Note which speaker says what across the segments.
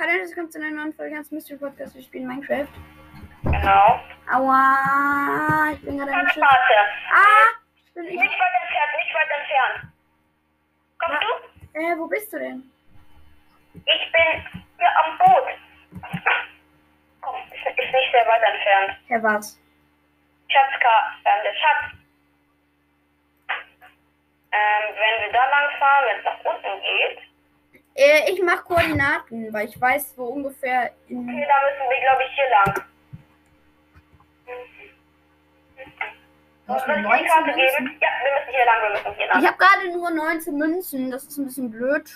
Speaker 1: Hallo, das kommt zu einer neuen Folge ans Mystery Podcast. Wir spielen Minecraft.
Speaker 2: Genau.
Speaker 1: Aua, ich bin gerade
Speaker 2: Komm,
Speaker 1: am Schiff.
Speaker 2: Straße.
Speaker 1: Ah, ich bin ich.
Speaker 2: Nicht weit entfernt, nicht weit entfernt. Kommst
Speaker 1: Ja.
Speaker 2: du?
Speaker 1: Äh, wo bist du denn?
Speaker 2: Ich bin hier am Boot. Komm, ist, ist nicht sehr weit entfernt.
Speaker 1: Herr was?
Speaker 2: Schatzka, ähm, der Schatz. Ähm, wenn wir da lang fahren, wenn es nach unten geht,
Speaker 1: Äh, ich mache Koordinaten, weil ich weiß, wo ungefähr in.
Speaker 2: okay, da müssen wir, glaube ich, hier lang.
Speaker 1: Hast du
Speaker 2: Soll ich dir
Speaker 1: 19
Speaker 2: die Karte
Speaker 1: Münzen?
Speaker 2: geben? Ja, wir müssen hier lang, wir müssen hier lang.
Speaker 1: Ich habe gerade nur 19 Münzen, das ist ein bisschen blöd.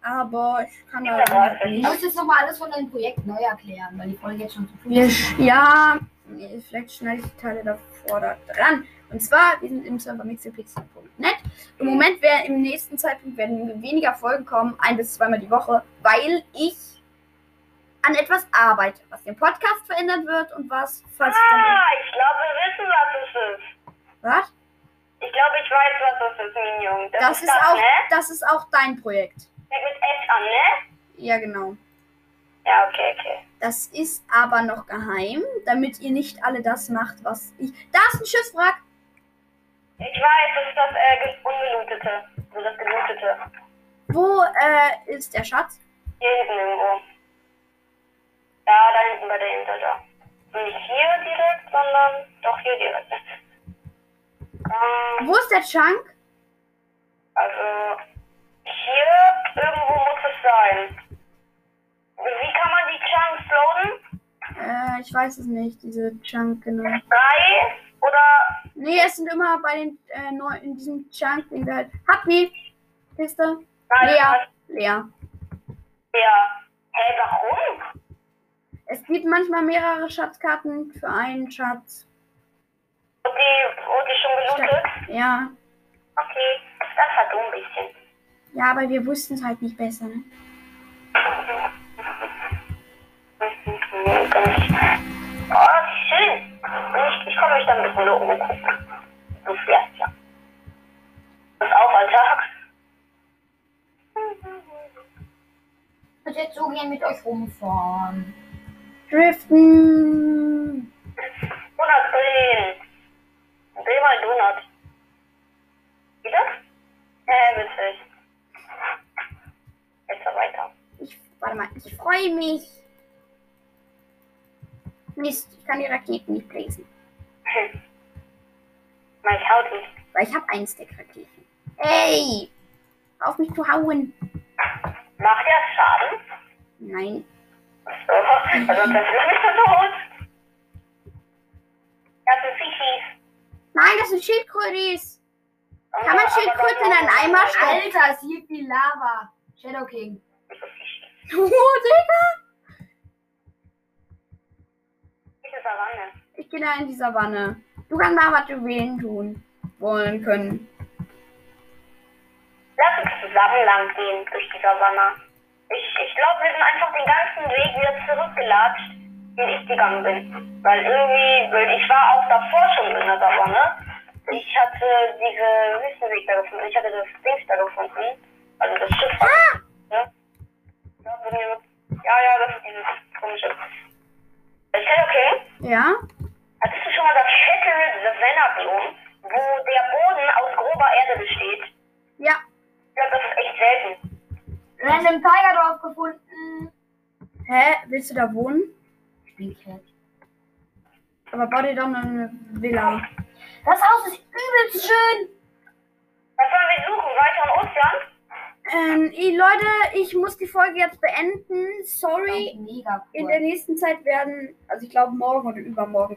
Speaker 1: Aber ich kann da.
Speaker 3: Du musst jetzt nochmal alles von deinem Projekt neu erklären, weil die Folge jetzt schon zu früh
Speaker 1: Wir,
Speaker 3: ist.
Speaker 1: sch- ja, nee, vielleicht schneide ich die Teile davor da dran. Und zwar, wir sind im Server mixelpixel.net. Im Moment werden im nächsten Zeitpunkt werden weniger Folgen kommen, ein bis zweimal die Woche, weil ich an etwas arbeite, was den Podcast verändern wird und was, falls ich dann.
Speaker 2: Ah, ich glaube, wir wissen, was es ist.
Speaker 1: Was?
Speaker 2: Ich glaube, ich weiß, was das ist, Minion. Das,
Speaker 1: Das
Speaker 2: ist,
Speaker 1: ist
Speaker 2: das,
Speaker 1: auch,
Speaker 2: ne?
Speaker 1: das ist auch dein Projekt.
Speaker 2: Fängt mit S an, ne?
Speaker 1: Ja, genau.
Speaker 2: Ja, okay, okay.
Speaker 1: Das ist aber noch geheim, damit ihr nicht alle das macht, was ich. Da ist ein Schiffswrack!
Speaker 2: Ich weiß, das ist das äh, ge- Ungelootete. Also das Gelootete.
Speaker 1: Wo äh, ist der Schatz?
Speaker 2: Hier hinten irgendwo. Ja, da hinten bei der Insel, da. Und nicht hier direkt, sondern doch hier direkt. Ähm,
Speaker 1: Wo ist der Chunk?
Speaker 2: also, hier irgendwo muss es sein. Wie kann man die Chunks loaden?
Speaker 1: Äh, ich weiß es nicht, diese Chunk, genau.
Speaker 2: Drei oder
Speaker 1: Nee, es sind immer bei den äh, neuen, in diesem Chunk, den wir halt. Happy! Kiste.
Speaker 2: drei?
Speaker 1: Leer. Leer.
Speaker 2: Ja. Hä, warum?
Speaker 1: Es gibt manchmal mehrere Schatzkarten für einen Schatz.
Speaker 2: Und die wurde schon gelootet?
Speaker 1: Ja.
Speaker 2: Okay, das war dumm ein bisschen.
Speaker 1: Ja, aber wir wussten es halt nicht besser, ne?
Speaker 2: Nee, gar nicht. Oh, schön. Ich, ich komme mich dann ein bisschen nur umgucken. Du fährst ja. Pass auf, Alter.
Speaker 3: Ich würde jetzt so gern mit euch rumfahren.
Speaker 1: Driften!
Speaker 2: Donut drehen. Dreh mal Donut. Wie das? Äh, witzig. Jetzt mal weiter.
Speaker 1: Ich, warte mal, ich freue mich. Mist, ich kann die Raketen nicht bläsen.
Speaker 2: Hm. Mein Haut ist.
Speaker 1: Weil ich habe einen Stack Raketen. Ey! hör Auf mich zu hauen!
Speaker 2: Macht ja Schaden.
Speaker 1: Nein.
Speaker 2: So, also das ist nicht so tot. Das ist Fischis.
Speaker 1: Nein, das sind Schildkrötis! Kann man Schildkröten in einen Eimer stellen?
Speaker 3: Alter, es liegt wie Lava. Shadow King.
Speaker 1: Oh, Digga!
Speaker 2: Diese Savanne.
Speaker 1: Ich gehe da in die Savanne. Du kannst mal, was du wählen tun. Wollen können.
Speaker 2: Lass uns zusammen lang gehen durch die Savanne. Ich, ich glaube, wir sind einfach den ganzen Weg wieder zurückgelatscht, den ich gegangen bin. Weil irgendwie, weil ich war auch davor schon in der Savanne. Ich hatte diese Wüstenweg da gefunden. Ich hatte das Ding da gefunden. Also das Schiff. Ne? Ja, wenn ihr- ja, ja, das ist dieses komische. Ist das okay?
Speaker 1: Ja?
Speaker 2: Hattest du schon mal das Shattered Savannah Biom, wo der Boden aus grober Erde besteht?
Speaker 1: Ja.
Speaker 2: Ich glaube, das ist echt selten.
Speaker 3: Random Tigerdorf gefunden.
Speaker 1: Hä? Willst du da wohnen?
Speaker 3: Spielkett.
Speaker 1: Aber bau dir doch noch eine Villa.
Speaker 3: Das Haus ist übelst schön.
Speaker 2: Was sollen wir suchen? Weiter im Ozean?
Speaker 1: Ähm, ey, Leute, ich muss die Folge jetzt beenden. Sorry.
Speaker 3: Und mega
Speaker 1: In der
Speaker 3: cool.
Speaker 1: nächsten Zeit werden, also ich glaube morgen oder übermorgen,